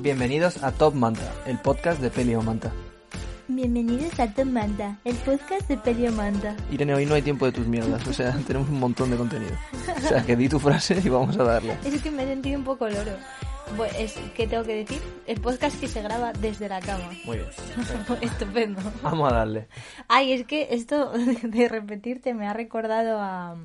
Bienvenidos a Top Manta, el podcast de Pelio Manta. Bienvenidos a Tom Manda, el podcast de Pelio Manda. Irene, hoy no hay tiempo de tus mierdas, o sea, tenemos un montón de contenido. O sea, que di tu frase y vamos a darle. Es que me he sentido un poco loro. Bueno, es que tengo que decir, el podcast que se graba desde la cama. Muy bien. Estupendo. Vamos a darle. Ay, es que esto de repetirte me ha recordado a,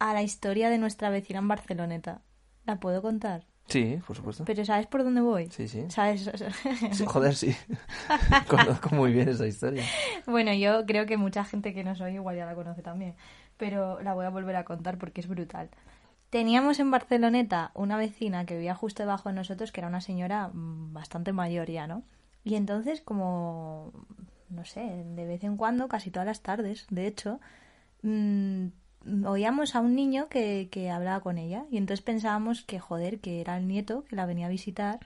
a la historia de nuestra vecina en Barceloneta. ¿La puedo contar? Sí, por supuesto. Pero ¿sabes por dónde voy? Sí, sí. ¿Sabes? Sí, Joder, sí. Conozco muy bien esa historia. Bueno, yo creo que mucha gente que nos oye igual ya la conoce también, pero la voy a volver a contar porque es brutal. Teníamos en Barceloneta una vecina que vivía justo debajo de nosotros, que era una señora mm, bastante mayor ya, ¿no? Y entonces, como, no sé, de vez en cuando, casi todas las tardes, de hecho, mm, oíamos a un niño que, que hablaba con ella y entonces pensábamos que joder, que era el nieto que la venía a visitar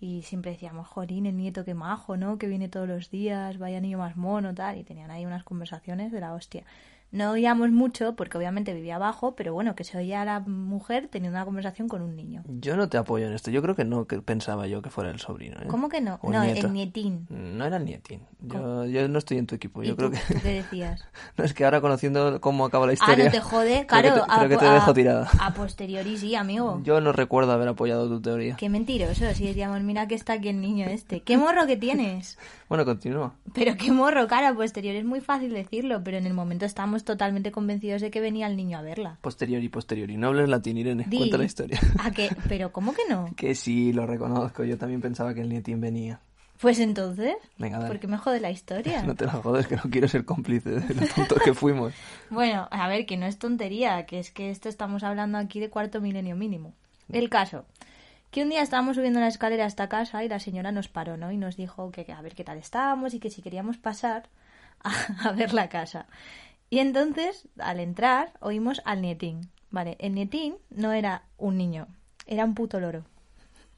y siempre decíamos, jorín, el nieto que majo, ¿no? Que viene todos los días, vaya niño más mono, tal, y tenían ahí unas conversaciones de la hostia. No oíamos mucho porque obviamente vivía abajo, pero bueno, que se oía a la mujer teniendo una conversación con un niño. Yo no te apoyo en esto. Yo creo que no que pensaba yo que fuera el sobrino. ¿eh? ¿Cómo que no? O no, nieto. el nietín. No era el nietín. Yo, ¿Cómo? yo no estoy en tu equipo. ¿Y Yo creo tú que. qué decías? No, es que ahora conociendo cómo acaba la Ah, historia. no te creo que jode, claro. te- creo que te dejo tirada. A posteriori sí, amigo. Yo no recuerdo haber apoyado tu teoría. Qué mentiroso, si decíamos, mira que está aquí el niño este. ¡Qué morro que tienes! Bueno, continúa. Pero qué morro, cara, a posterior es muy fácil decirlo, pero en el momento estábamos totalmente convencidos de que venía el niño a verla. Posteriori, posteriori. No hables latín, Irene. Di- Cuenta la historia. ¿A qué? ¿Pero cómo que no? Que sí, lo reconozco. Yo también pensaba que el nietín venía. Pues entonces, Venga, dale. ¿por qué me jode la historia? No te la jodes, que no quiero ser cómplice de lo tontos que fuimos. Bueno, a ver, que no es tontería, que es que esto estamos hablando aquí de cuarto milenio mínimo. El caso, que un día estábamos subiendo la escalera a esta casa y la señora nos paró, ¿no? Y nos dijo que que a ver qué tal estábamos y que si queríamos pasar a, a ver la casa. Y entonces, al entrar, oímos al nietín. Vale, el nietín no era un niño, era un puto loro.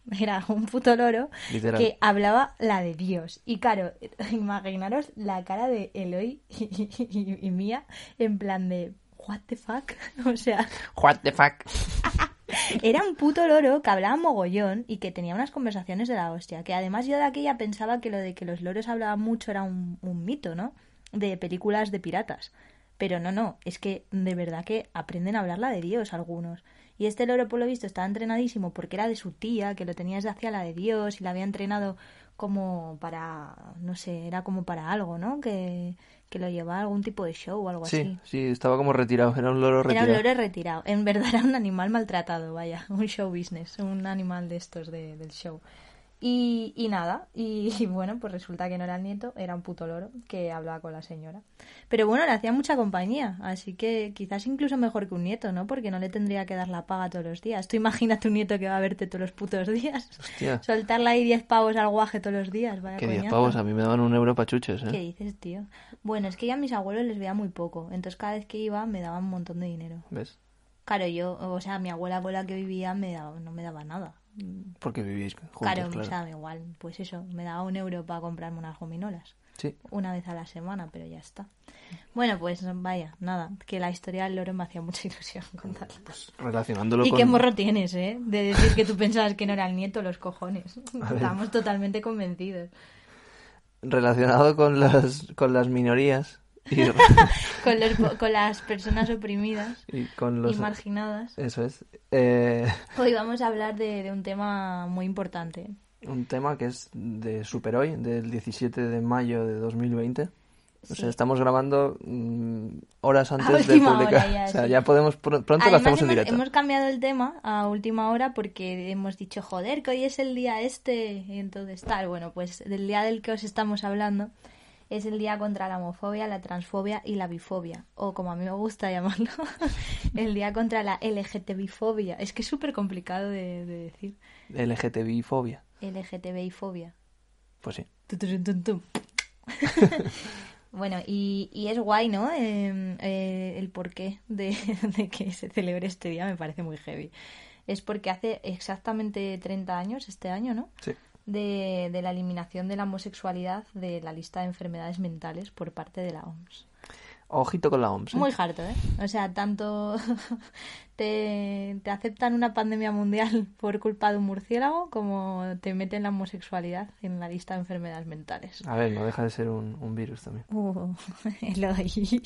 Era un puto loro Literal. que hablaba la de Dios. Y claro, imaginaros la cara de Eloy y, y- y mía en plan de what the fuck. O sea, What the fuck. era un puto loro que hablaba mogollón y que tenía unas conversaciones de la hostia. Que además yo de aquella pensaba que lo de que los loros hablaban mucho era un, un mito, ¿no? De películas de piratas. Pero no, no, es que de verdad que aprenden a hablarla de Dios algunos. Y este loro, por lo visto, estaba entrenadísimo porque era de su tía, que lo tenía desde hacía la de Dios y la había entrenado como para, no sé, era como para algo, ¿no? Que, que lo llevaba a algún tipo de show o algo así. Sí, sí, estaba como retirado. Era un loro retirado. Era un loro retirado. En verdad era un animal maltratado, vaya. Un show business. Un animal de estos de- del show. Y, y nada. Y, y bueno, pues resulta que no era el nieto, era un puto loro que hablaba con la señora. Pero bueno, le hacía mucha compañía. Así que quizás incluso mejor que un nieto, ¿no? Porque no le tendría que dar la paga todos los días. Tú imagínate un nieto que va a verte todos los putos días. Hostia. Soltarle ahí 10 pavos al guaje todos los días. Vaya Que 10 coñazo. pavos, a mí me daban un euro para chuches, ¿Qué ¿eh? dices, tío? Bueno, es que yo a mis abuelos les veía muy poco. Entonces cada vez que iba me daban un montón de dinero. ¿Ves? Claro, yo, o sea, mi abuela con la que vivía me daba, no me daba nada. Porque vivíais juntos, claro, claro. me daba igual. Pues eso, me daba un euro para comprarme unas gominolas. Sí. Una vez a la semana, pero ya está. Bueno, pues vaya, nada. Que la historia del loro me hacía mucha ilusión contarla. Relacionándolo y Pues con... qué morro tienes, ¿eh? De decir que tú pensabas que no era el nieto, los cojones. ver. Estábamos totalmente convencidos. Relacionado con las, con las minorías, Y, con, los po- con las personas oprimidas y con y los... marginadas. Eso es. Eh, Hoy vamos a hablar de, de un tema muy importante. un tema que es de Superhoy, del 17 de mayo de 2020. O Sí. sea, estamos grabando mm, horas antes de última hora publicar. ya, o sea, sí. ya podemos, pr- pronto lo Ah, Además, hacemos en hemos, directo. hemos cambiado el tema a última hora porque hemos dicho, joder, que hoy es el día este. Y entonces, tal, bueno, pues del día del que os estamos hablando es el día contra la homofobia, la transfobia y la bifobia. O como a mí me gusta llamarlo, el día contra la LGTBifobia. Es que es súper complicado de, de decir. LGTBI-fobia. LGTBifobia. Pues sí. Tu, tu, tu, tu, tu. bueno, y, y es guay, ¿no? Eh, eh, el porqué de, de que se celebre este día me parece muy heavy. Es porque hace exactamente 30 años, este año, ¿no? Sí. De, de la eliminación de la homosexualidad de la lista de enfermedades mentales por parte de la OMS. Ojito con la OMS. ¿eh? Muy harto, ¿eh? O sea, tanto te, te aceptan una pandemia mundial por culpa de un murciélago como te meten la homosexualidad en la lista de enfermedades mentales. A ver, no deja de ser un, un virus también. Uh, lo oí.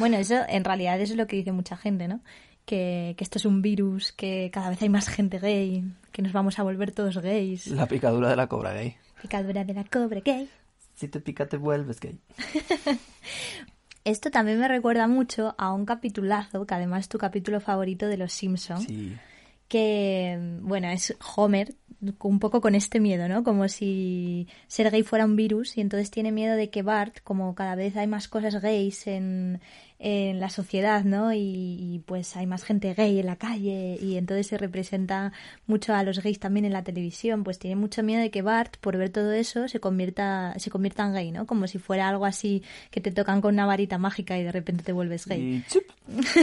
Bueno, eso en realidad es lo que dice mucha gente, ¿no? Que, que esto es un virus, que cada vez hay más gente gay, que nos vamos a volver todos gays. La picadura de la cobra gay. Picadura de la cobre gay. Si te pica te vuelves gay. Esto también me recuerda mucho a un capitulazo, que además es tu capítulo favorito de Los Simpsons. Sí. que, bueno, es Homer un poco con este miedo, ¿no? Como si ser gay fuera un virus y entonces tiene miedo de que Bart, como cada vez hay más cosas gays en, en la sociedad, ¿no? Y, y, pues hay más gente gay en la calle y entonces se representa mucho a los gays también en la televisión, pues tiene mucho miedo de que Bart, por ver todo eso, se convierta, se convierta en gay, ¿no? Como si fuera algo así que te tocan con una varita mágica y de repente te vuelves gay. Y chup.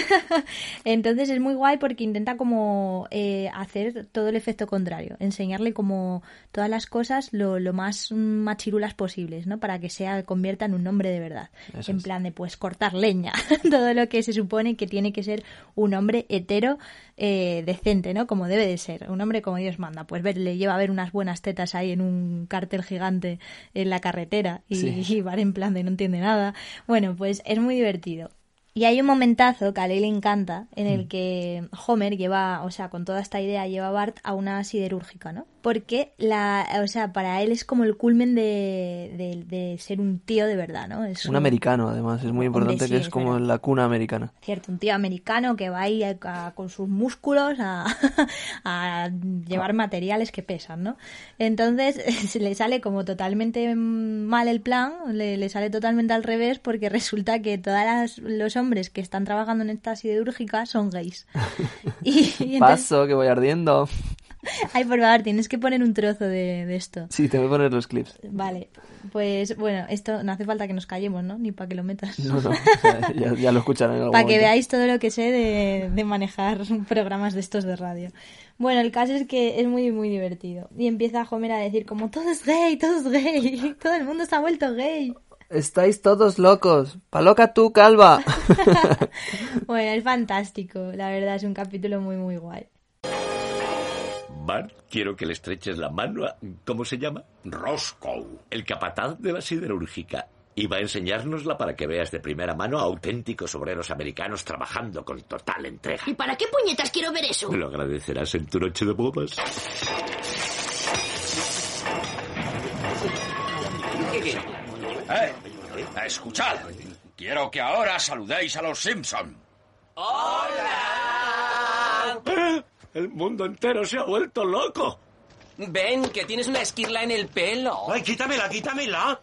Entonces es muy guay porque intenta como eh, hacer todo el efecto contrario, enseñarle como todas las cosas lo, lo más mm, machirulas posibles, ¿no? Para que sea convierta en un hombre de verdad. Eso en es. plan de pues cortar leña, todo lo que se supone que tiene que ser un hombre hetero eh, decente, ¿no? Como debe de ser, un hombre como Dios manda. Pues ver, le lleva a ver unas buenas tetas ahí en un cartel gigante en la carretera y, Sí. y Bart en plan de no entiende nada. Bueno, pues es muy divertido. Y hay un momentazo que a Ley le encanta en Mm. el que Homer lleva, o sea, con toda esta idea lleva a Bart a una siderúrgica, ¿no? Porque la, o sea, para él es como el culmen de, de, de ser un tío de verdad, ¿no? Es Un americano, además. Es muy Hombre, importante sí, que es es como verdad. la cuna americana. Cierto, un tío americano que va ahí a- a- con sus músculos a, a llevar materiales que pesan, ¿no? Entonces se le sale como totalmente mm, mal el plan, le, le sale totalmente al revés porque resulta que todos los hombres que están trabajando en esta siderúrgica son gays. Y, y entonces, Paso, que voy ardiendo. ay, por favor, tienes que poner un trozo de, de esto. Sí, te voy a poner los clips. Vale, pues bueno, esto no hace falta que nos callemos, ¿no? Ni para que lo metas. No, no. o sea, ya, ya lo escucharán en algún Para que momento. veáis todo lo que sé de, de manejar programas de estos de radio. Bueno, el caso es que es muy, muy divertido. Y empieza Homer a decir como, todo es gay, todo es gay, todo el mundo se ha vuelto gay. Estáis todos locos. Paloca tú, calva. Bueno, es fantástico, la verdad es un capítulo muy, muy guay. Bart, quiero que le estreches la mano a... ¿Cómo se llama? Roscoe, el capataz de la siderúrgica. Y va a enseñárnosla para que veas de primera mano a auténticos obreros americanos trabajando con total entrega. ¿Y para qué puñetas quiero ver eso? Me lo agradecerás en tu noche de bodas. ¡Eh! ¡Escuchad! Quiero que ahora saludéis a los Simpson. ¡Ah! El mundo entero se ha vuelto loco. Ven, que tienes una esquirla en el pelo. ¡Ay, quítamela, quítamela!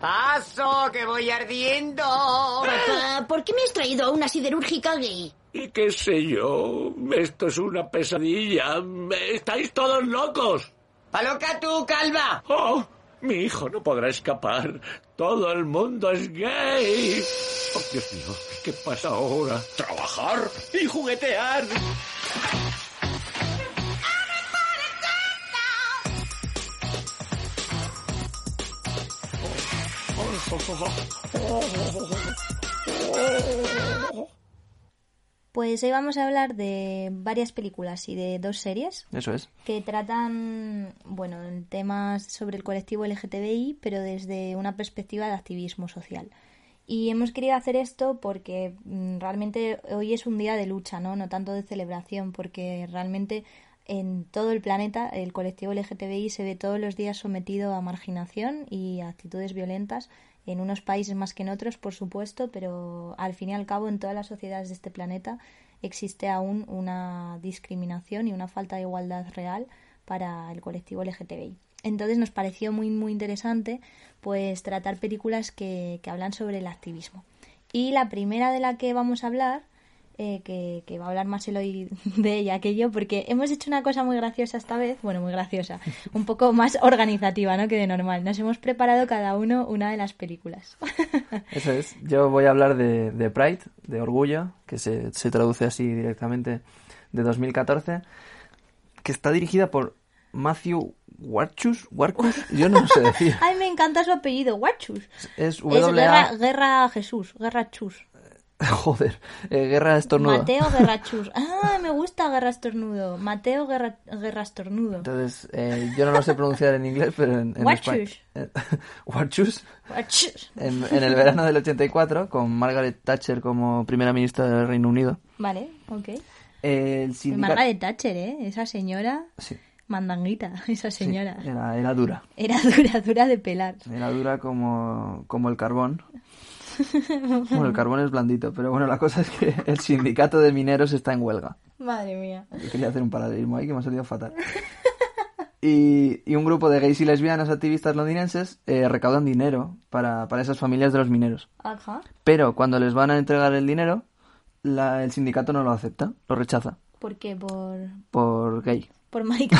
Paso, que voy ardiendo. Oh, Ah. Papá, ¿por qué me has traído a una siderúrgica gay? Y qué sé yo, esto es una pesadilla. Estáis todos locos. Paloca tú, calva. Oh, mi hijo no podrá escapar. Todo el mundo es gay. Oh, Dios mío, ¿qué pasa ahora? ¿Trabajar? y juguetear. Pues hoy vamos a hablar de varias películas y de dos series Eso es. que tratan, bueno, temas sobre el colectivo LGTBI, pero desde una perspectiva de activismo social. Y hemos querido hacer esto porque mm, realmente hoy es un día de lucha, ¿no? No tanto de celebración, porque realmente en todo el planeta el colectivo LGTBI se ve todos los días sometido a marginación y a actitudes violentas, en unos países más que en otros, por supuesto, pero al fin y al cabo en todas las sociedades de este planeta existe aún una discriminación y una falta de igualdad real para el colectivo LGTBI. Entonces nos pareció muy muy interesante pues tratar películas que, que hablan sobre el activismo. Y la primera de la que vamos a hablar, eh, que, que va a hablar más Eloy de ella que yo, porque hemos hecho una cosa muy graciosa esta vez, bueno, muy graciosa, un poco más organizativa ¿no? que de normal. Nos hemos preparado cada uno una de las películas. Eso es. Yo voy a hablar de, de Pride, de Orgullo, que se, se traduce así directamente de 2014, que está dirigida por Matthew Warchus. Warchus, yo no sé decir. Ay, me encanta su apellido, Guachus. Es Es Guerra, W. Guerra Jesús, Guerra Chus. Joder, eh, Guerra Estornuda. Mateo Guerra Chus. Ah, me gusta Guerra Estornudo. Mateo Guerra, Guerra Estornudo. Entonces, eh, yo no lo sé pronunciar en inglés, pero en, en español. Warchus. eh, Warchus. Ah, Guachus. En, en el verano del 84, con Margaret Thatcher como primera ministra del Reino Unido. Vale, ok. El de sindicato... Margaret Thatcher, ¿eh? Esa señora. Sí, Mandanguita, esa sí, señora. era, era dura. Era dura, dura de pelar. Era dura como, como el carbón. Bueno, el carbón es blandito, pero bueno, la cosa es que el sindicato de mineros está en huelga. Madre mía. Yo quería hacer un paralelismo ahí que me ha salido fatal. Y, y un grupo de gays y lesbianas activistas londinenses eh, recaudan dinero para, para esas familias de los mineros. Ajá. Pero cuando les van a entregar el dinero, la- el sindicato no lo acepta, lo rechaza ¿Por qué? Por, por gay. por maricón.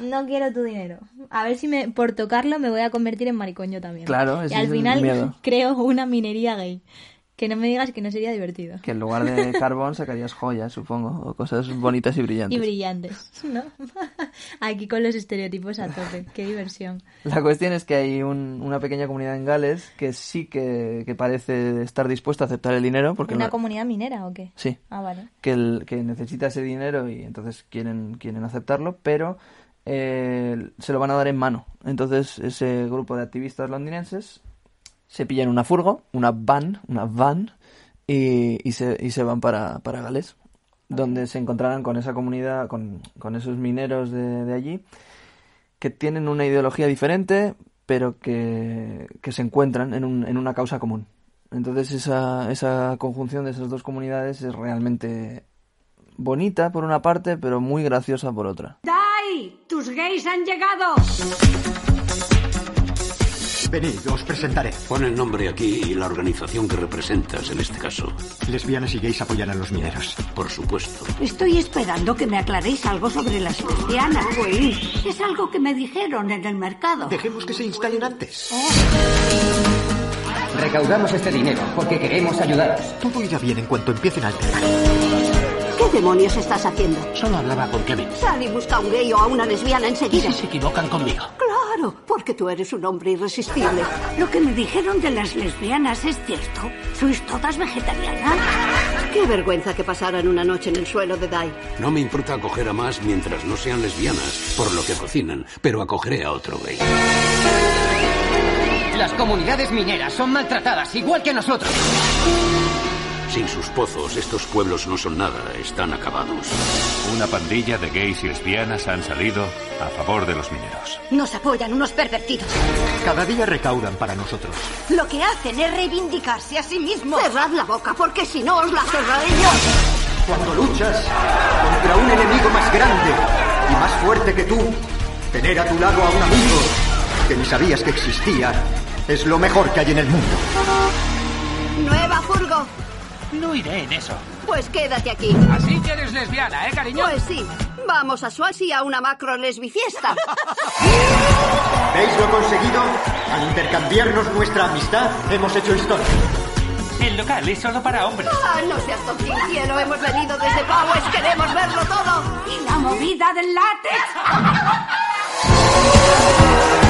no quiero tu dinero. A ver si me, por tocarlo me voy a convertir en maricón yo también. Claro, Y ese al es el final miedo. creo una minería gay. Que no me digas que no sería divertido. Que en lugar de carbón sacarías joyas, supongo, o cosas bonitas y Y brillantes. brillantes, ¿no? Aquí con los estereotipos a tope. Qué diversión. La cuestión es que hay un- una pequeña comunidad en Gales que sí que, que parece estar dispuesta a aceptar el dinero porque ¿Una no- comunidad minera o qué? sí, Ah, vale. que, el- que necesita ese dinero y entonces quieren, quieren aceptarlo, pero eh, se lo van a dar en mano. Entonces ese grupo de activistas londinenses se pillan una furgo, una van, una van, y, y se, y se van para, para Gales, donde se encontrarán con esa comunidad, con, con esos mineros de, de allí, que tienen una ideología diferente, pero que, que se encuentran en, un- en una causa común. Entonces esa, esa conjunción de esas dos comunidades es realmente bonita por una parte, pero muy graciosa por otra. ¡Dai! ¡Tus gays han llegado! Venid, os presentaré. Pon el nombre aquí y la organización que representas en este caso. Lesbianas y gays apoyan a los mineros. Por supuesto. Estoy esperando que me aclaréis algo sobre las cristianas. Es algo que me dijeron en el mercado. Dejemos que se instalen antes. Recaudamos este dinero porque queremos ayudaros. Todo irá bien en cuanto empiecen a alterar. ¿Qué demonios estás haciendo? Solo hablaba con Kevin. Sal y busca a un gay o a una lesbiana enseguida. Se equivocan conmigo. Claro, porque tú eres un hombre irresistible. Lo que me dijeron de las lesbianas es cierto. ¿Sois todas vegetarianas? Qué vergüenza que pasaran una noche en el suelo de Dai. No me importa acoger a más mientras no sean lesbianas, por lo que cocinan, pero acogeré a otro gay. Las comunidades mineras son maltratadas igual que nosotros. Sin sus pozos, estos pueblos no son nada, están acabados. Una pandilla de gays y lesbianas han salido a favor de los mineros. Nos apoyan unos pervertidos. Cada día recaudan para nosotros. Lo que hacen es reivindicarse a sí mismos. Cerrad la boca, porque si no os la cerraré yo. Cuando luchas contra un enemigo más grande y más fuerte que tú, tener a tu lado a un amigo que ni sabías que existía es lo mejor que hay en el mundo. Nueva furgo. No iré en eso. Pues quédate aquí. Así que eres lesbiana, ¿eh, cariño? Pues sí, vamos a Suasia a una macro lesbifiesta. ¿Veis lo conseguido? Al intercambiarnos nuestra amistad, hemos hecho historia. el local es solo para hombres. Ah, no seas tontín, cielo, hemos venido desde Powers, queremos verlo todo. Y la movida del látex.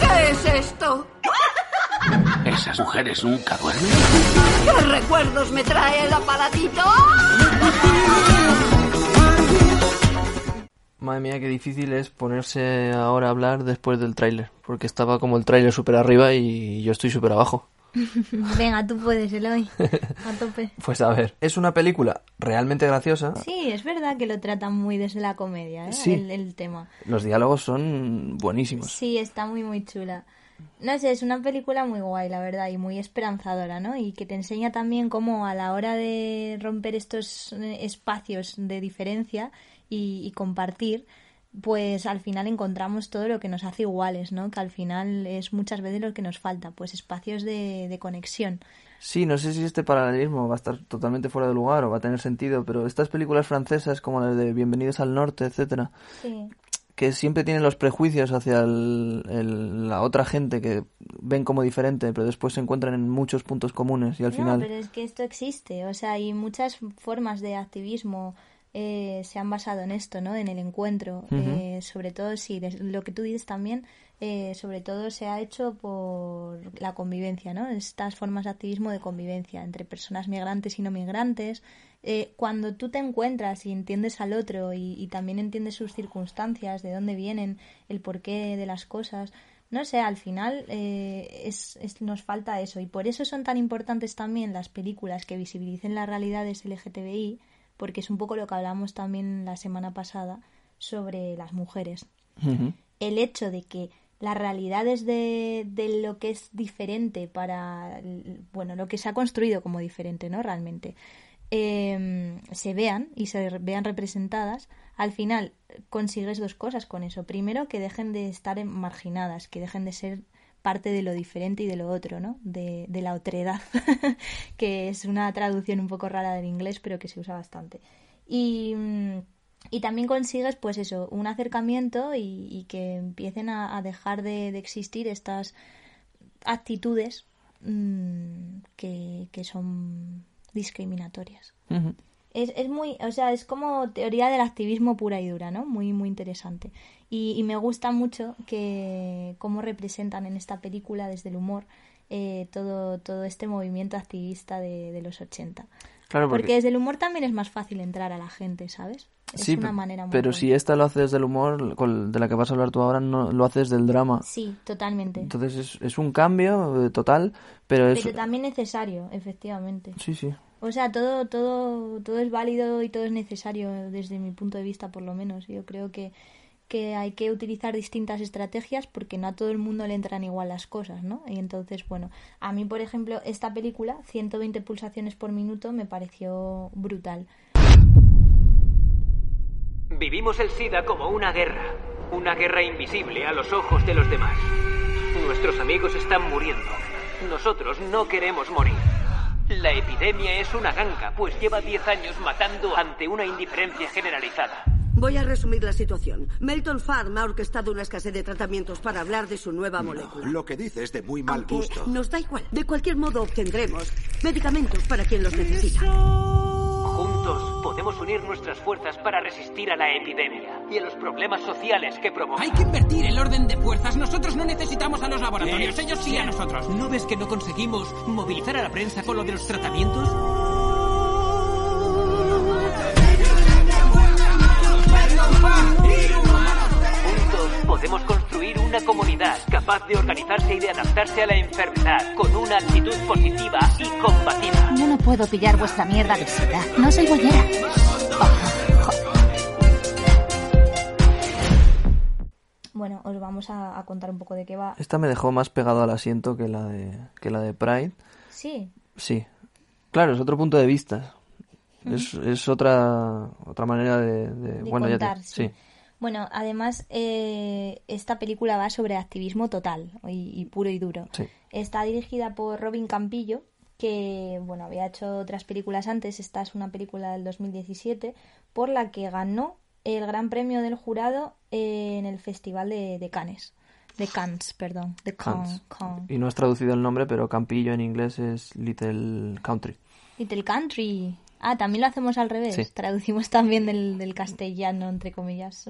¿Qué es ¿Esas mujeres nunca duermen? ¿Qué recuerdos me trae el aparatito? Madre mía, qué difícil es ponerse ahora a hablar después del tráiler, porque estaba como el tráiler súper arriba y yo estoy súper abajo. Venga, tú puedes, Eloy. A tope. Pues a ver, es una película realmente graciosa. Sí, es verdad que lo tratan muy desde la comedia, ¿eh? Sí. El, el tema. Los diálogos son buenísimos. Sí, está muy, muy chula. No sé, es una película muy guay, la verdad, y muy esperanzadora, ¿no? Y que te enseña también cómo a la hora de romper estos eh, espacios de diferencia y, y compartir, pues al final encontramos todo lo que nos hace iguales, ¿no? Que al final es muchas veces lo que nos falta, pues espacios de, de conexión. Sí, no sé si este paralelismo va a estar totalmente fuera de lugar o va a tener sentido, pero estas películas francesas como las de Bienvenidos al Norte, etcétera, Sí. que siempre tienen los prejuicios hacia el- el- la otra gente que ven como diferente, pero después se encuentran en muchos puntos comunes y al no, final... pero es que esto existe, o sea, y muchas formas de activismo eh, se han basado en esto, ¿no? En el encuentro, Ujú. eh, sobre todo, sí, des- lo que tú dices también, eh, sobre todo se ha hecho por la convivencia, ¿no? Estas formas de activismo de convivencia entre personas migrantes y no migrantes. Eh, cuando tú te encuentras y entiendes al otro y, y también entiendes sus circunstancias, de dónde vienen, el porqué de las cosas, no sé, al final eh, es, es- nos falta eso. Y por eso son tan importantes también las películas que visibilicen las realidades LGTBI, porque es un poco lo que hablamos también la semana pasada sobre las mujeres el hecho de que las realidades de, de lo que es diferente para, el- bueno, lo que se ha construido como diferente, ¿no? Realmente, eh, se vean y se re- vean representadas, al final eh, consigues dos cosas con eso. Primero, que dejen de estar en- marginadas, que dejen de ser parte de lo diferente y de lo otro, ¿no? De, de la otredad, que es una traducción un poco rara del inglés, pero que se usa bastante. Y, mm, y también consigues, pues eso, un acercamiento y, y que empiecen a, a dejar de, de existir estas actitudes mm, que, que son discriminatorias. Ujú. Es, es muy, o sea, es como teoría del activismo pura y dura, ¿no? Muy, muy interesante. Y, y me gusta mucho que cómo representan en esta película desde el humor eh, todo, todo este movimiento activista de, de los 80. Claro, Ah, porque- desde el humor también es más fácil entrar a la gente, ¿sabes? Es Sí, una pe- manera muy pero buena. si esta lo haces del humor, con- de la que vas a hablar tú ahora, no lo haces del drama. Sí, totalmente. Entonces es, es un cambio eh, total, pero es... Pero también necesario, efectivamente. Sí, sí. O sea, todo, todo, todo es válido y todo es necesario desde mi punto de vista, por lo menos. Yo creo que, que hay que utilizar distintas estrategias porque no a todo el mundo le entran igual las cosas, ¿no? Y entonces, bueno, a mí, por ejemplo, esta película, 120 pulsaciones por minuto, me pareció brutal. Vivimos el SIDA como una guerra, una guerra invisible a los ojos de los demás. Nuestros amigos están muriendo. Nosotros no queremos morir. La epidemia es una ganga, pues lleva 10 años matando ante una indiferencia generalizada. Voy a resumir la situación. Melton Farm ha orquestado una escasez de tratamientos para hablar de su nueva molécula. Lo que dices de muy mal Aunque gusto. nos da igual. De cualquier modo obtendremos medicamentos para quien los necesita. Juntos podemos unir nuestras fuerzas para resistir a la epidemia y a los problemas sociales que provoca. Hay que invertir el orden de fuerzas. Nosotros no necesitamos a los laboratorios, ellos sí a nosotros. Eh, ¿No ves que no conseguimos movilizar a la prensa con lo de los tratamientos? Juntos podemos construir una comunidad capaz de organizarse y de adaptarse a la enfermedad con una actitud positiva y combativa. Yo no puedo pillar vuestra mierda de seda. No soy bollera. Bueno, os vamos a, a contar un poco de qué va. Esta me dejó más pegado al asiento que la de, que la de Pride. Sí, Sí. Claro, es otro punto de vista. Es, es otra otra manera de... de- de bueno, ya te- contar, sí. sí. Bueno, además, eh, esta película va sobre activismo total y, y puro y duro. Sí. Está dirigida por Robin Campillo, que bueno había hecho otras películas antes. Esta es una película del 2017 por la que ganó el Gran Premio del Jurado eh, en el Festival de, de Cannes. De Cannes, perdón. De Cannes. Cannes. Y no has traducido el nombre, pero Campillo en inglés es Little Country. Little Country. Ah, también lo hacemos al revés. Sí. Traducimos también del, del castellano, entre comillas,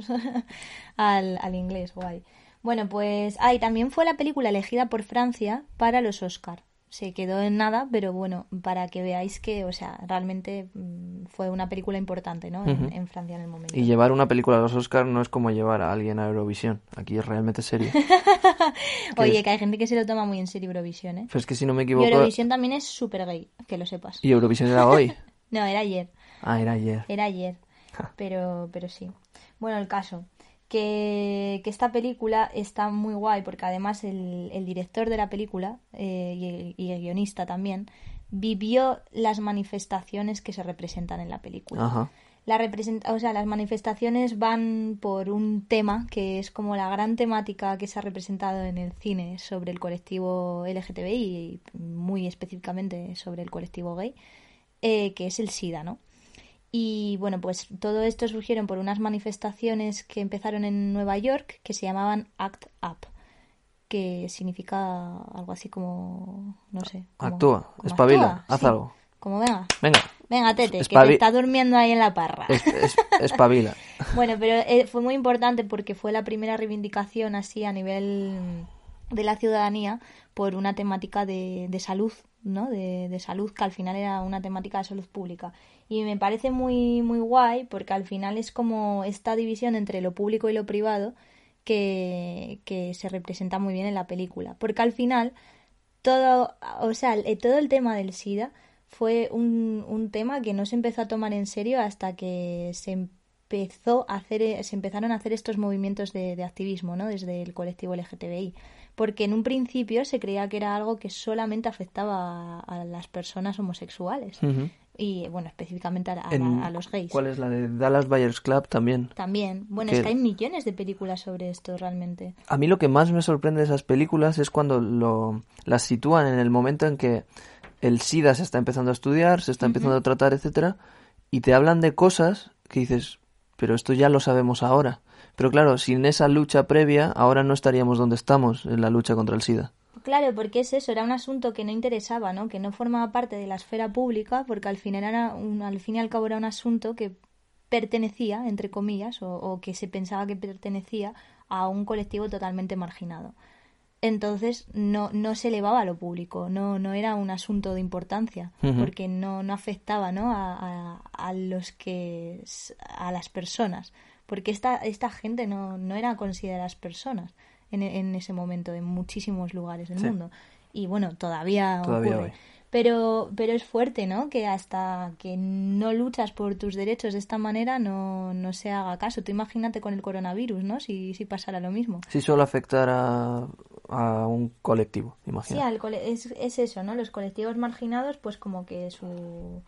al, al inglés. Guay. Bueno, pues. Ah, y también fue la película elegida por Francia para los Oscar. se quedó en nada, pero bueno, para que veáis que, o sea, realmente mm, fue una película importante, ¿no? En, Ujú. en Francia en el momento. Y llevar una película a los Oscars no es como llevar a alguien a Eurovisión. Aquí es realmente serio. que Oye, es- que hay gente que se lo toma muy en serio Eurovisión, ¿eh? Pero es que si no me Y equivoco... Eurovisión también es súper gay, que lo sepas. ¿Y Eurovisión era hoy? No, era ayer. Ah, era ayer. Era ayer, pero, pero sí. Bueno, el caso, que, que esta película está muy guay porque además el, el director de la película eh, y, el, y el guionista también vivió las manifestaciones que se representan en la película. Ajá. La represent- o sea, las manifestaciones van por un tema que es como la gran temática que se ha representado en el cine sobre el colectivo LGTBI y muy específicamente sobre el colectivo gay, eh, que es el SIDA, ¿no? Y bueno, pues todo esto surgieron por unas manifestaciones que empezaron en Nueva York que se llamaban Act Up, que significa algo así como, no sé. como- Actúa, como espabila, actúa, haz sí. algo. Como venga. Venga. Venga, tete, que Espabi- te está durmiendo ahí en la parra. Es- es- espabila. Bueno, pero eh, fue muy importante porque fue la primera reivindicación así a nivel mm, de la ciudadanía por una temática de, de salud, ¿no? De, de salud, que al final era una temática de salud pública. Y me parece muy, muy guay porque al final es como esta división entre lo público y lo privado que, que se representa muy bien en la película. Porque al final todo, o sea, el- todo el tema del SIDA fue un, un tema que no se empezó a tomar en serio hasta que se empezó a hacer, eh, se empezaron a hacer estos movimientos de, de activismo, ¿no? Desde el colectivo LGTBI. Porque en un principio se creía que era algo que solamente afectaba a, a las personas homosexuales. Ujú. Y, bueno, específicamente a, a- En- a los gays. ¿Cuál es la de Dallas Buyers Club también? También. Bueno, Que- es que hay millones de películas sobre esto realmente. A mí lo que más me sorprende de esas películas es cuando lo, las sitúan en el momento en que el SIDA se está empezando a estudiar, se está empezando a tratar, etcétera, y te hablan de cosas que dices, pero esto ya lo sabemos ahora. Pero claro, sin esa lucha previa, ahora no estaríamos donde estamos en la lucha contra el SIDA. Claro, porque es eso, era un asunto que no interesaba, ¿no? Que no formaba parte de la esfera pública, porque al final era un- al fin y al cabo era un asunto que pertenecía, entre comillas, o, o que se pensaba que pertenecía a un colectivo totalmente marginado. Entonces no, no se elevaba a lo público, no, no era un asunto de importancia, Ujú. porque no, no afectaba ¿no? A, a- a los que s- a las personas, porque esta, esta gente no, no era consideradas personas en, e- en ese momento, en muchísimos lugares del Sí. mundo. Y bueno, todavía, Todavía ocurre. hoy. Pero, pero es fuerte, ¿no? Que hasta que no luchas por tus derechos de esta manera no, no se haga caso. Tú imagínate con el coronavirus, ¿no? Si, si pasara lo mismo. Si solo afectara a un colectivo, Sí, imagina. al cole- es, es eso, ¿no? Los colectivos marginados, pues como que su...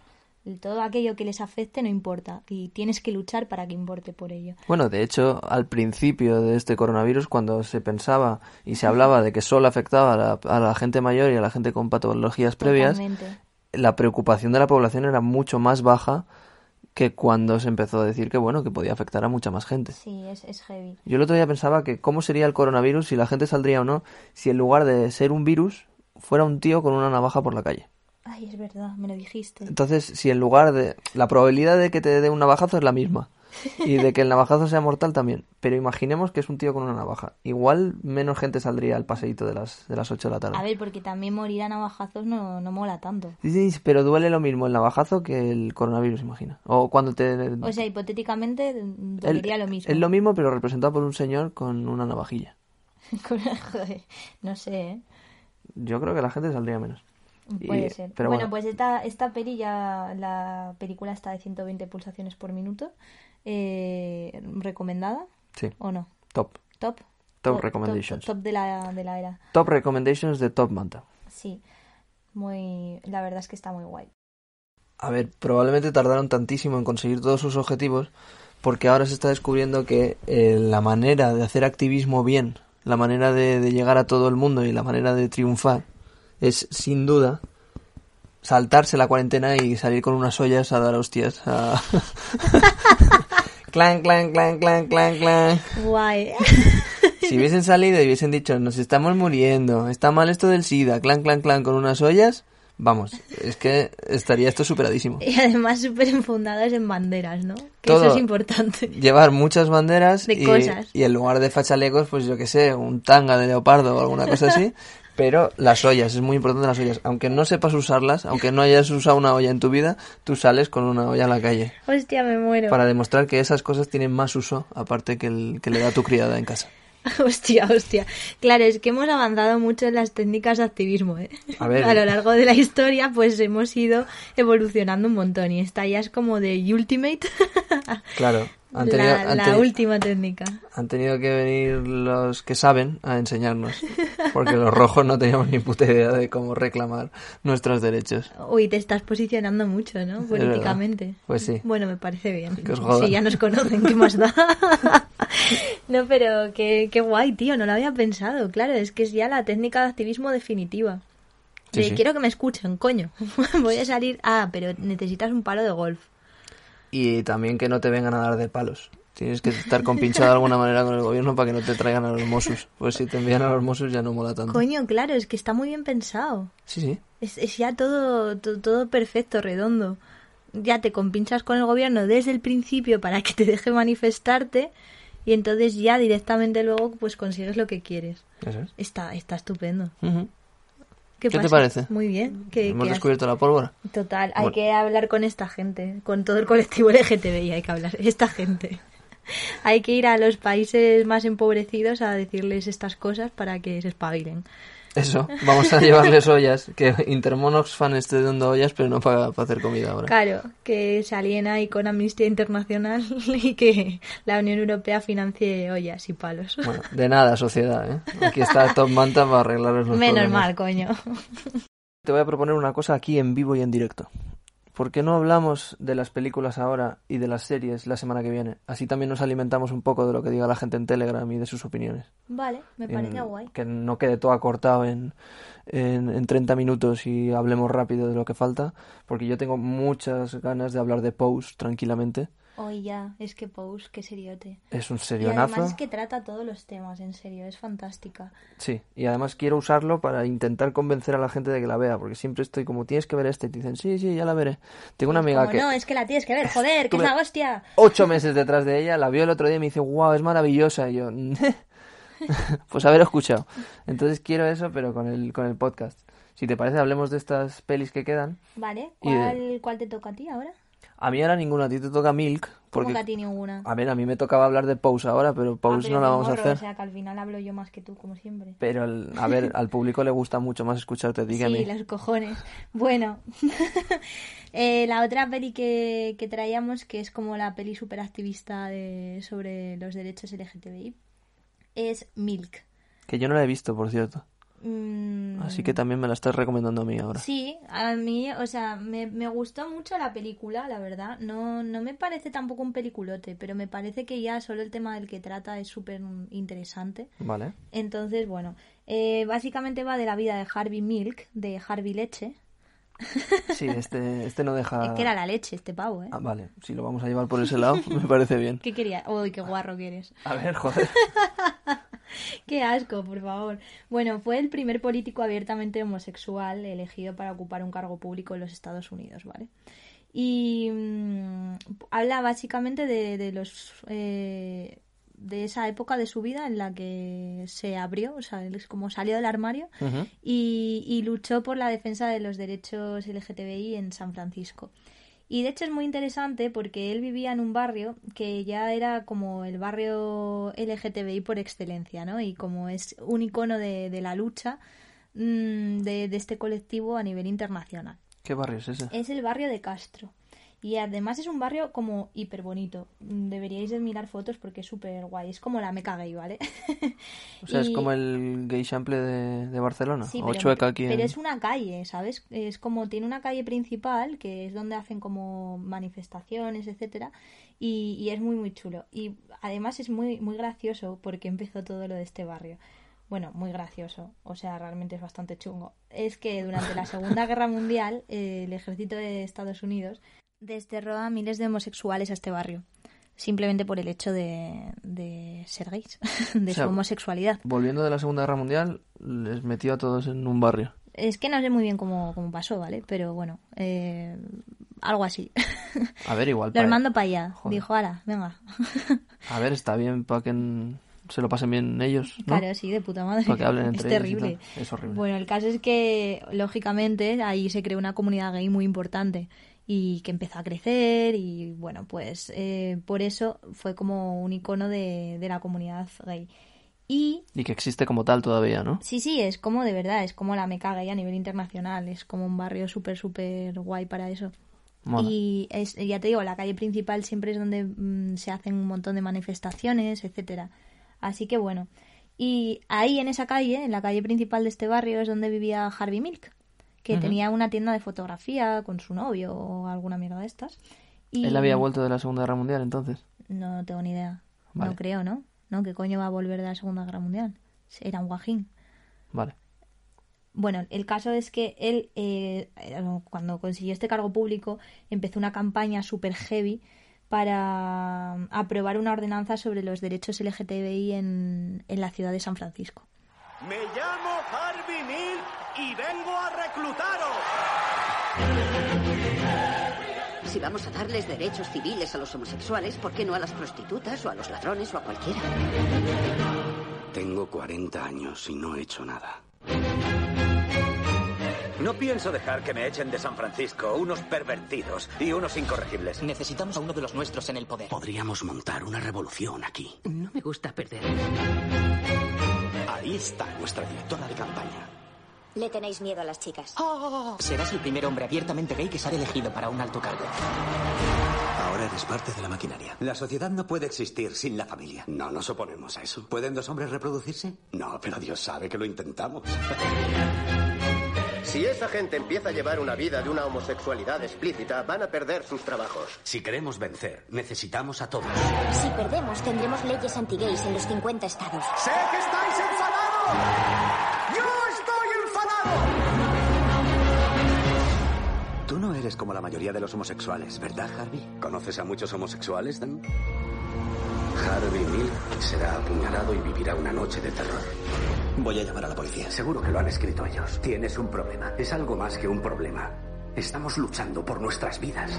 Todo aquello que les afecte no importa y tienes que luchar para que importe por ello. Bueno, de hecho, al principio de este coronavirus, cuando se pensaba y se hablaba de que solo afectaba a la, a la gente mayor y a la gente con patologías previas, Totalmente. la preocupación de la población era mucho más baja que cuando se empezó a decir que, bueno, que podía afectar a mucha más gente. Sí, es, es heavy. Yo el otro día pensaba que cómo sería el coronavirus, si la gente saldría o no, si en lugar de ser un virus, fuera un tío con una navaja por la calle. Ay, es verdad, me lo dijiste. Entonces, si en lugar de... La probabilidad de que te dé un navajazo es la misma. Y de que el navajazo sea mortal también. Pero imaginemos que es un tío con una navaja. Igual menos gente saldría al paseíto de las, de las 8 de la A tarde. ver, porque también morir a navajazos no, no mola tanto. Sí, sí, pero duele lo mismo el navajazo que el coronavirus, imagina. O cuando te... O sea, hipotéticamente mm, el- dolería lo mismo. Es lo mismo, pero representado por un señor con una navajilla. Con- joder, no sé, ¿eh? Yo creo que la gente saldría menos. Y- puede ser. Pero bueno, bueno, pues esta, esta peli ya, la película está de 120 pulsaciones por minuto. Eh, ¿Recomendada sí. o no? Top. Top. Top recommendations. Top, de, la, de la era. Top recommendations de Top Manta. Sí. Muy, la verdad es que está muy guay. A ver, probablemente tardaron tantísimo en conseguir todos sus objetivos porque ahora se está descubriendo que eh, la manera de hacer activismo bien, la manera de, de llegar a todo el mundo y la manera de triunfar es sin duda saltarse la cuarentena y salir con unas ollas a dar hostias a... clan, clan, clan, clan, clan, clan. Guay. Si hubiesen salido y hubiesen dicho, nos estamos muriendo, está mal esto del SIDA, clan, clan, clan, con unas ollas, vamos, es que estaría esto superadísimo. Y además súper enfundadas en banderas, ¿no? Que Todo. eso es importante. Llevar muchas banderas De y, cosas. y en lugar de fachalecos, pues yo qué sé, un tanga de leopardo o alguna cosa así, Pero las ollas, es muy importante las ollas. Aunque no sepas usarlas, aunque no hayas usado una olla en tu vida, tú sales con una olla a la calle. Hostia, me muero. Para demostrar que esas cosas tienen más uso, aparte que el que le da tu criada en casa. Hostia, hostia. Claro, es que hemos avanzado mucho en las técnicas de activismo, ¿eh? A ver. lo largo de la historia, pues hemos ido evolucionando un montón. Y esta ya es como de Ultimate, Claro. Han tenido, la, han la tenido- última técnica. han tenido que venir los que saben a enseñarnos. Porque los rojos no teníamos ni puta idea de cómo reclamar nuestros derechos. Uy, te estás posicionando mucho, ¿no? verdad. Políticamente. Pues sí. Bueno, me parece bien. Que os jodan. Si ya nos conocen, ¿qué más da? no, pero qué, qué guay, tío. No lo había pensado. Claro, es que es ya la técnica de activismo definitiva. Sí, De, sí. Quiero que me escuchen, coño. Voy a salir. Ah, pero necesitas un palo de golf. Y también que no te vengan a dar de palos. Tienes que estar compinchado de alguna manera con el gobierno para que no te traigan a los Mossos. Pues si te envían a los Mossos ya no mola tanto. Coño, claro, es que está muy bien pensado. Sí, sí. Es, es ya todo, to- todo perfecto, redondo. Ya te compinchas con el gobierno desde el principio para que te deje manifestarte y entonces ya directamente luego pues consigues lo que quieres. Eso es. Está, está estupendo. Ujú. ¿Qué te pasa? parece? Muy bien. ¿Qué- Hemos qué has- descubierto la pólvora. Total, hay Bueno. que hablar con esta gente, con todo el colectivo LGTBI hay que hablar, esta gente. hay que ir a los países más empobrecidos a decirles estas cosas para que se espabilen. Eso, vamos a llevarles ollas. Que Intermonox fan esté dando ollas, pero no para, para hacer comida ahora. Claro, que se aliena ahí con Amnistía Internacional y que la Unión Europea financie ollas y palos. Bueno, de nada, sociedad, ¿eh? Aquí está Top Manta para arreglaros los Menos problemas. mal, coño. Te voy a proponer una cosa aquí en vivo y en directo. ¿Por qué no hablamos de las películas ahora y de las series la semana que viene? Así también nos alimentamos un poco de lo que diga la gente en Telegram y de sus opiniones. Vale, me Y parece en- guay. Que no quede todo acortado en, en, en 30 minutos y hablemos rápido de lo que falta, porque yo tengo muchas ganas de hablar de Pose tranquilamente. Hoy ya, es que Pous, qué seriote. Es un Y además serionazo. es que trata todos los temas, en serio, es fantástica. Sí, y además quiero usarlo para intentar convencer a la gente de que la vea, porque siempre estoy como, tienes que ver este, y te dicen, sí, sí, ya la veré. Tengo una amiga Como, que... Pues no, es que la tienes que ver, joder, que es Estuve- la hostia. ocho meses detrás de ella, la vio el otro día y me dice, wow, es maravillosa. Y yo, pues haber escuchado. Entonces quiero eso, pero con el, con el podcast. Si te parece, hablemos de estas pelis que quedan. Vale, Y de- ¿cuál, cuál te toca a ti ahora? A mí ahora ninguna, a ti te toca Milk. ¿Cómo Porque, que a ti ninguna? a ver, a mí me tocaba hablar de Pose ahora, pero Pose Ah, pero no la me vamos a morro, hacer. O sea, que al final hablo yo más que tú, como siempre. Pero, el- a ver, al público le gusta mucho más escucharte a ti que a sí, mí. los cojones. Bueno, eh, la otra peli que, que traíamos, que es como la peli superactivista de, sobre los derechos LGTBI, es Milk. Que yo no la he visto, por cierto. Mm, Así que también me la estás recomendando a mí ahora. Sí, a mí, o sea, me, me gustó mucho la película, la verdad. No, no me parece tampoco un peliculote, pero me parece que ya solo el tema del que trata es súper interesante. Vale. Entonces, bueno, eh, básicamente va de la vida de Harvey Milk, de Harvey Leche, Sí, este, este no deja... Es que era la leche este pavo, ¿eh? Ah, vale, si lo vamos a llevar por ese lado, me parece bien. ¿Qué quería? Uy, qué guarro que eres. A ver, joder. Qué asco, por favor. Bueno, fue el primer político abiertamente homosexual elegido para ocupar un cargo público en los Estados Unidos, ¿vale? Y mm, habla básicamente de, de los eh, de esa época de su vida en la que se abrió, o sea, él es como salió del armario Ujú. y, y luchó por la defensa de los derechos LGTBI en San Francisco. Y de hecho es muy interesante porque él vivía en un barrio que ya era como el barrio LGTBI por excelencia, ¿no? Y como es un icono de, de la lucha mm, de, de este colectivo a nivel internacional. ¿Qué barrio es ese? Es el barrio de Castro. Y además es un barrio como hiper bonito. Deberíais de mirar fotos porque es súper guay. Es como la meca gay, ¿vale? O sea, es Y- como el gay chample de, de Barcelona. Sí, o pero, Chueca aquí. pero en- es una calle, ¿sabes? Es como tiene una calle principal que es donde hacen como manifestaciones, etcétera, y, y es muy muy chulo. Y además es muy muy gracioso porque empezó todo lo de este barrio. Bueno, muy gracioso, o sea, realmente es bastante chungo. Es que durante la Segunda Guerra Mundial eh, el ejército de Estados Unidos desterró a miles de homosexuales a este barrio, simplemente por el hecho de, de ser gays, de O sea, su homosexualidad. Volviendo de la Segunda Guerra Mundial, les metió a todos en un barrio. Es que no sé muy bien cómo, cómo pasó, ¿vale? Pero bueno, eh, algo así. A ver, igual. Los pa- mando para allá. Joder. Dijo, ala, venga. A ver, está bien para que, en- se lo pasen bien ellos. ¿no? Claro, sí, de puta madre. Para que hablen es entre ellos y terrible. tal. Es horrible. Bueno, el caso es que, lógicamente, ahí se creó una comunidad gay muy importante y que empezó a crecer y, bueno, pues eh, por eso fue como un icono de, de la comunidad gay. Y Y que existe como tal todavía, ¿no? sí, sí, es como de verdad, es como la meca gay a nivel internacional, es como un barrio súper, súper guay para eso. Mola. Y es- ya te digo, la calle principal siempre es donde mm, se hacen un montón de manifestaciones, etcétera. Así que bueno. Y ahí en esa calle, en la calle principal de este barrio, es donde vivía Harvey Milk, que Ujú. tenía una tienda de fotografía con su novio o alguna mierda de estas. Y Él había vuelto de la Segunda Guerra Mundial entonces. No tengo ni idea. Vale. No creo, ¿no? No, ¿qué coño va a volver de la Segunda Guerra Mundial? Era un guajín. Vale. Bueno, el caso es que él, eh, eh, cuando consiguió este cargo público, empezó una campaña super heavy para mm, aprobar una ordenanza sobre los derechos LGTBI en, en la ciudad de San Francisco. Me llamo Harvey Milk y vengo a reclutaros. Si vamos a darles derechos civiles a los homosexuales, ¿por qué no a las prostitutas o a los ladrones o a cualquiera? Tengo 40 años y no he hecho nada. No pienso dejar que me echen de San Francisco unos pervertidos y unos incorregibles. Necesitamos a uno de los nuestros en el poder. Podríamos montar una revolución aquí. No me gusta perder. Ahí está nuestra directora de campaña. Le tenéis miedo a las chicas. Serás el primer hombre abiertamente gay que será elegido para un alto cargo. Ahora eres parte de la maquinaria. La sociedad no puede existir sin la familia. No nos oponemos a eso. ¿Pueden dos hombres reproducirse? No, pero Dios sabe que lo intentamos. Si esa gente empieza a llevar una vida de una homosexualidad explícita, van a perder sus trabajos. Si queremos vencer, necesitamos a todos. Si perdemos, tendremos leyes anti-gays en los 50 estados. Sé que estáis enfadados. Yo estoy enfadado. Tú no eres como la mayoría de los homosexuales, ¿verdad, Harvey? ¿Conoces a muchos homosexuales, Dan? Harvey Milk será apuñalado y vivirá una noche de terror. Voy a llamar a la policía. Seguro que lo han escrito ellos. Tienes un problema. Es algo más que un problema. Estamos luchando por nuestras vidas.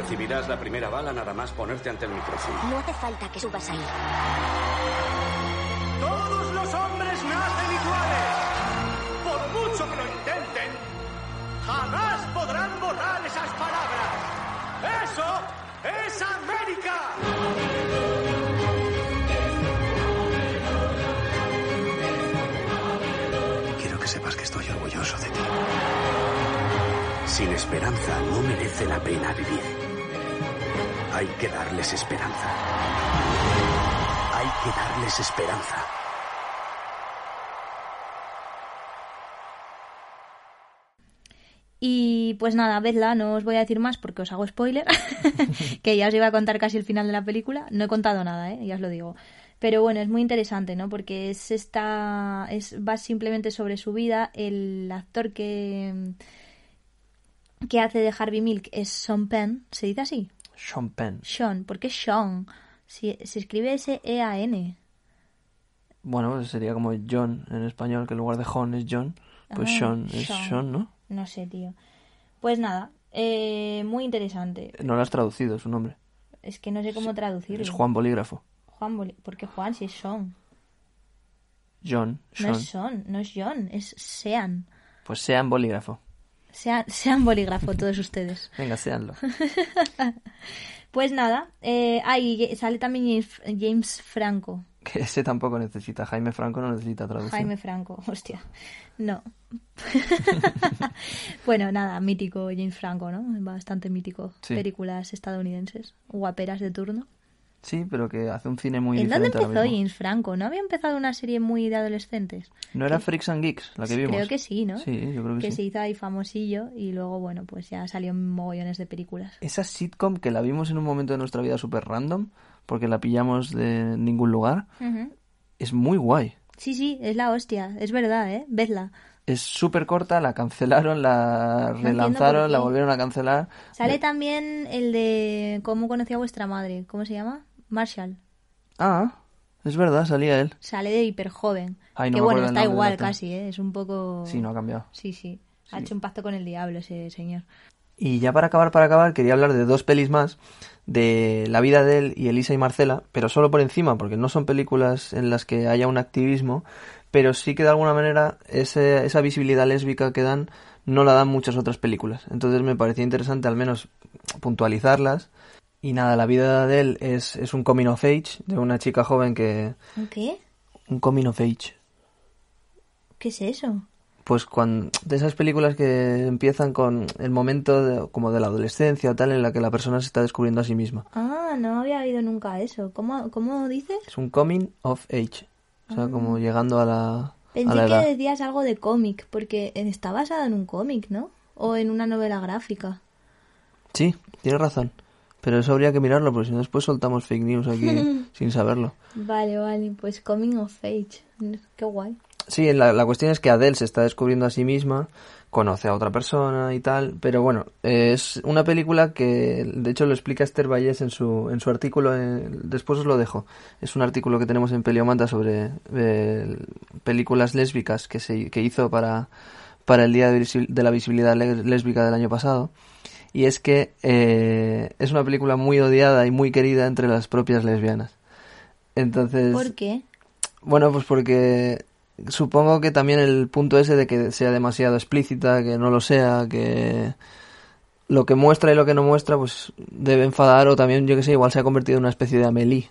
Recibirás la primera bala nada más ponerte ante el micrófono. No hace falta que subas ahí. Todos los hombres nacen iguales. Por mucho que lo intenten, jamás podrán borrar esas palabras. Eso es América. Quiero que sepas que estoy orgulloso de ti. Sin esperanza no merece la pena vivir. Hay que darles esperanza. Hay que darles esperanza. Y pues nada, vedla, no os voy a decir más porque os hago spoiler, que ya os iba a contar casi el final de la película. No he contado nada, ¿eh? ya os lo digo. Pero bueno, es muy interesante, ¿no? Porque es esta. Es, va simplemente sobre su vida. El actor que. que hace de Harvey Milk es Sean Penn. ¿Se dice así? Sean Penn. Sean, ¿por qué Sean? Si, se escribe E S-E-A-N. Bueno, pues sería como John en español, que en lugar de John es John. Pues Ah, Sean es Sean, ¿no? No sé, tío. Pues nada, eh, muy interesante. No lo has traducido su nombre. Es que no sé cómo traducirlo. Es Juan Bolígrafo. Juan Boli- ¿Por qué Juan si es Sean? John, Sean. No es Sean, no es John, es Sean. Pues sean bolígrafo. Sean, sean bolígrafo todos ustedes. Venga, seanlo. Pues nada, eh, ahí sale también James, James Franco. Que ese tampoco necesita. Jaime Franco no necesita traducción. Jaime Franco, hostia. No. bueno, nada, mítico James Franco, ¿no? Bastante mítico. Sí. Películas estadounidenses, guaperas de turno. Sí, pero que hace un cine muy ¿En dónde diferente ahora empezó mismo. James Franco? ¿No había empezado una serie muy de adolescentes? ¿No era Freaks and Geeks la que vimos? Creo que sí, ¿no? Sí, yo creo que, que sí. se hizo ahí famosillo y luego, bueno, pues ya salió en mogollones de películas. Esa sitcom que la vimos en un momento de nuestra vida súper random, porque la pillamos de ningún lugar, Ujú. es muy guay. Sí, sí, es la hostia, es verdad, ¿eh? Vedla. Es súper corta, la cancelaron, la entiendo por relanzaron, qué. la volvieron a cancelar. Sale también el de ¿Cómo conocí a vuestra madre? ¿Cómo se llama? Marshall. Ah, es verdad, salía él. Sale de hiperjoven. Ay, no que me bueno, acuerdo el está nombre del igual actor. casi, ¿eh? Es un poco... Sí, no ha cambiado. Sí, sí. Ha Sí. hecho un pacto con el diablo ese señor. Y ya para acabar, para acabar, quería hablar de dos pelis más, de la vida de él y Elisa y Marcela, pero solo por encima, porque no son películas en las que haya un activismo, pero sí que de alguna manera ese- esa visibilidad lésbica que dan no la dan muchas otras películas. Entonces me parecía interesante al menos puntualizarlas. Y nada, la vida de él es, es un coming of age, de una chica joven que... ¿Un ¿Qué? Un coming of age. ¿Qué es eso? pues cuando de esas películas que empiezan con el momento de- como de la adolescencia o tal en la que la persona se está descubriendo a sí misma. Ah, no había oído nunca eso. ¿Cómo, cómo dices? Es un coming of age, o sea, Ah. como llegando a la, a Pensé la edad. que decías algo de cómic, porque está basada en un cómic, ¿no? O en una novela gráfica. Sí, tienes razón. Pero eso habría que mirarlo, porque si no después soltamos fake news aquí sin saberlo. Vale, vale, pues Coming of Age. Qué guay. Sí, la, la cuestión es que Adele se está descubriendo a sí misma, conoce a otra persona y tal, pero bueno, eh, es una película que de hecho lo explica Esther Vallés en su, en su artículo, eh, después os lo dejo, es un artículo que tenemos en Peliomanta sobre eh, películas lésbicas que, se, que hizo para, para el Día de Visi- de la Visibilidad Le- Lésbica del año pasado. Y es que eh, es una película muy odiada y muy querida entre las propias lesbianas. Entonces, ¿Por qué? bueno, pues porque supongo que también el punto ese de que sea demasiado explícita, que no lo sea, que lo que muestra y lo que no muestra, pues debe enfadar o también, yo que sé, igual se ha convertido en una especie de Amelie.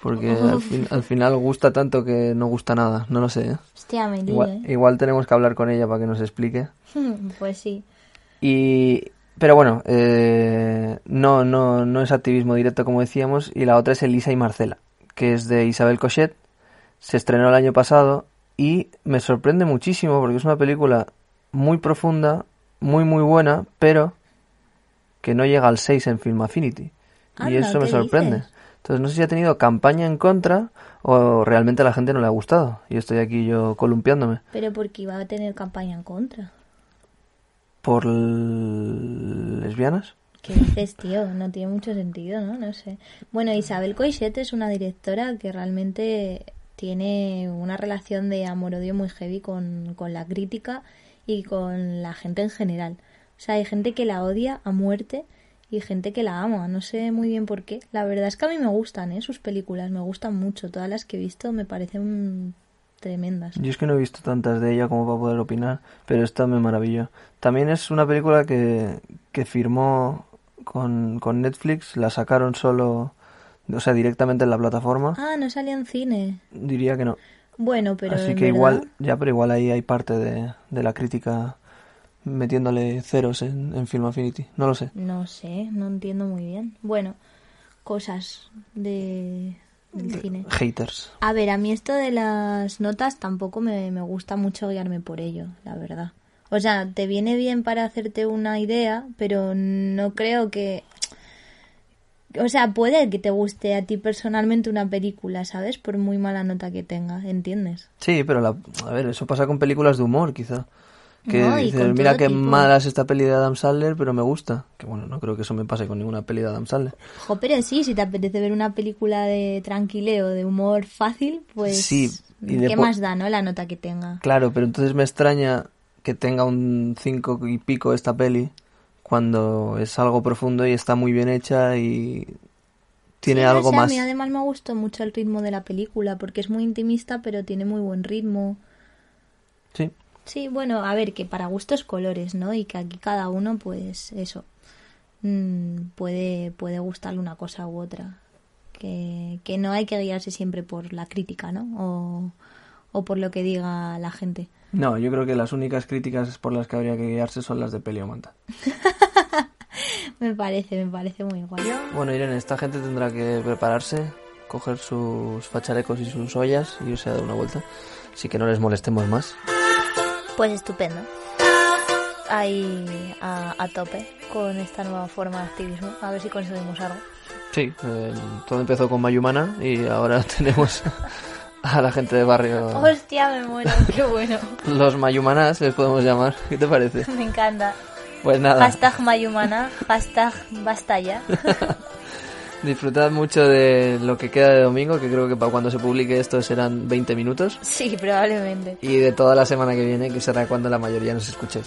Porque al, fin- al final gusta tanto que no gusta nada, no lo sé. ¿eh? Hostia, me lío, Igual, igual tenemos que hablar con ella para que nos explique. ¿eh? Pues sí. Y, pero bueno, eh, no, no, no es activismo directo como decíamos. Y la otra es Elisa y Marcela, que es de Isabel Cochet. Se estrenó el año pasado y me sorprende muchísimo porque es una película muy profunda, muy muy buena, pero que no llega al 6 en Film Affinity. y Anda, eso me ¿qué sorprende. dices? Entonces no sé si ha tenido campaña en contra o realmente a la gente no le ha gustado. Y estoy aquí yo columpiándome. Pero porque iba a tener campaña en contra. ¿Por l- lesbianas? ¿Qué dices, tío? No tiene mucho sentido, ¿no? No sé. Bueno, Isabel Coixet es una directora que realmente tiene una relación de amor-odio muy heavy con, con la crítica y con la gente en general. O sea, hay gente que la odia a muerte y gente que la ama. No sé muy bien por qué. La verdad es que a mí me gustan, ¿eh? Sus películas me gustan mucho. Todas las que he visto me parecen tremendas. Yo es que no he visto tantas de ella como para poder opinar, pero esta me maravilló. También es una película que, que firmó con, con Netflix, la sacaron solo, o sea, directamente en la plataforma. Ah, no salía en cine. Diría que no. Bueno, pero Así en que verdad- igual, ya, pero igual ahí hay parte de, de la crítica metiéndole ceros en, en Film Affinity. No lo sé. No sé, no entiendo muy bien. Bueno, cosas de del cine. Haters. A ver, a mí esto de las notas tampoco me, me gusta mucho guiarme por ello, la verdad. O sea, te viene bien para hacerte una idea, pero no creo que... O sea, puede que te guste a ti personalmente una película, ¿sabes? Por muy mala nota que tenga, ¿entiendes? Sí, pero la, a ver, eso pasa con películas de humor, quizá. Que No, y dices, con mira todo qué tipo". mala es esta peli de Adam Sandler, pero me gusta. Que bueno, no creo que eso me pase con ninguna peli de Adam Sandler. Jo, pero sí, si te apetece ver una película de tranquileo, de humor fácil, pues... Sí, y de ¿Qué po- más da, no? La nota que tenga. Claro, pero entonces me extraña que tenga un 5 y pico esta peli cuando es algo profundo y está muy bien hecha y tiene Sí, no algo sé, más. A mí además me gustó mucho el ritmo de la película porque es muy intimista pero tiene muy buen ritmo. Sí. Sí, bueno, a ver, que para gustos colores, ¿no? Y que aquí cada uno, pues eso, mm, puede, puede gustarle una cosa u otra. Que, que no hay que guiarse siempre por la crítica, ¿no? O, o por lo que diga la gente. No, yo creo que las únicas críticas por las que habría que guiarse son las de Peliomanta. Me parece, me parece muy guay. Bueno, Irene, esta gente tendrá que prepararse, coger sus facharecos y sus ollas y irse a dar una vuelta. Así que no les molestemos más. Pues estupendo. Ahí a, a tope con esta nueva forma de activismo. A ver si conseguimos algo. Sí, eh, todo empezó con Mayumana y ahora tenemos a la gente de barrio. Hostia, me muero, qué bueno. Los Mayumanas les podemos llamar. ¿Qué te parece? Me encanta. Pues nada. Hashtag Mayumana, hashtag basta ya. Disfrutad mucho de lo que queda de domingo, que creo que para cuando se publique esto serán 20 minutos. Sí, probablemente. Y de toda la semana que viene, que será cuando la mayoría nos escuchéis.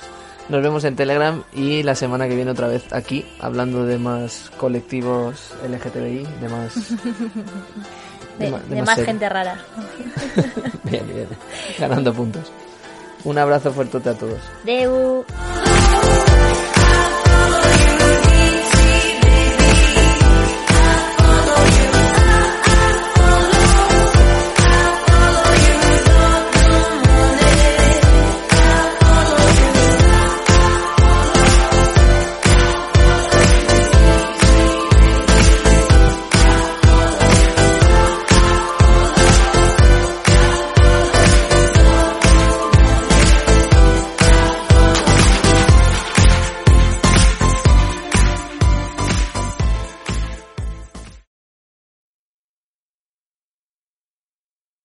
Nos vemos en Telegram y la semana que viene otra vez aquí, hablando de más colectivos LGTBI, de más. De, de ma- de de más más serie. gente rara. Bien, bien. Ganando puntos. Un abrazo fuerte a todos. Deu.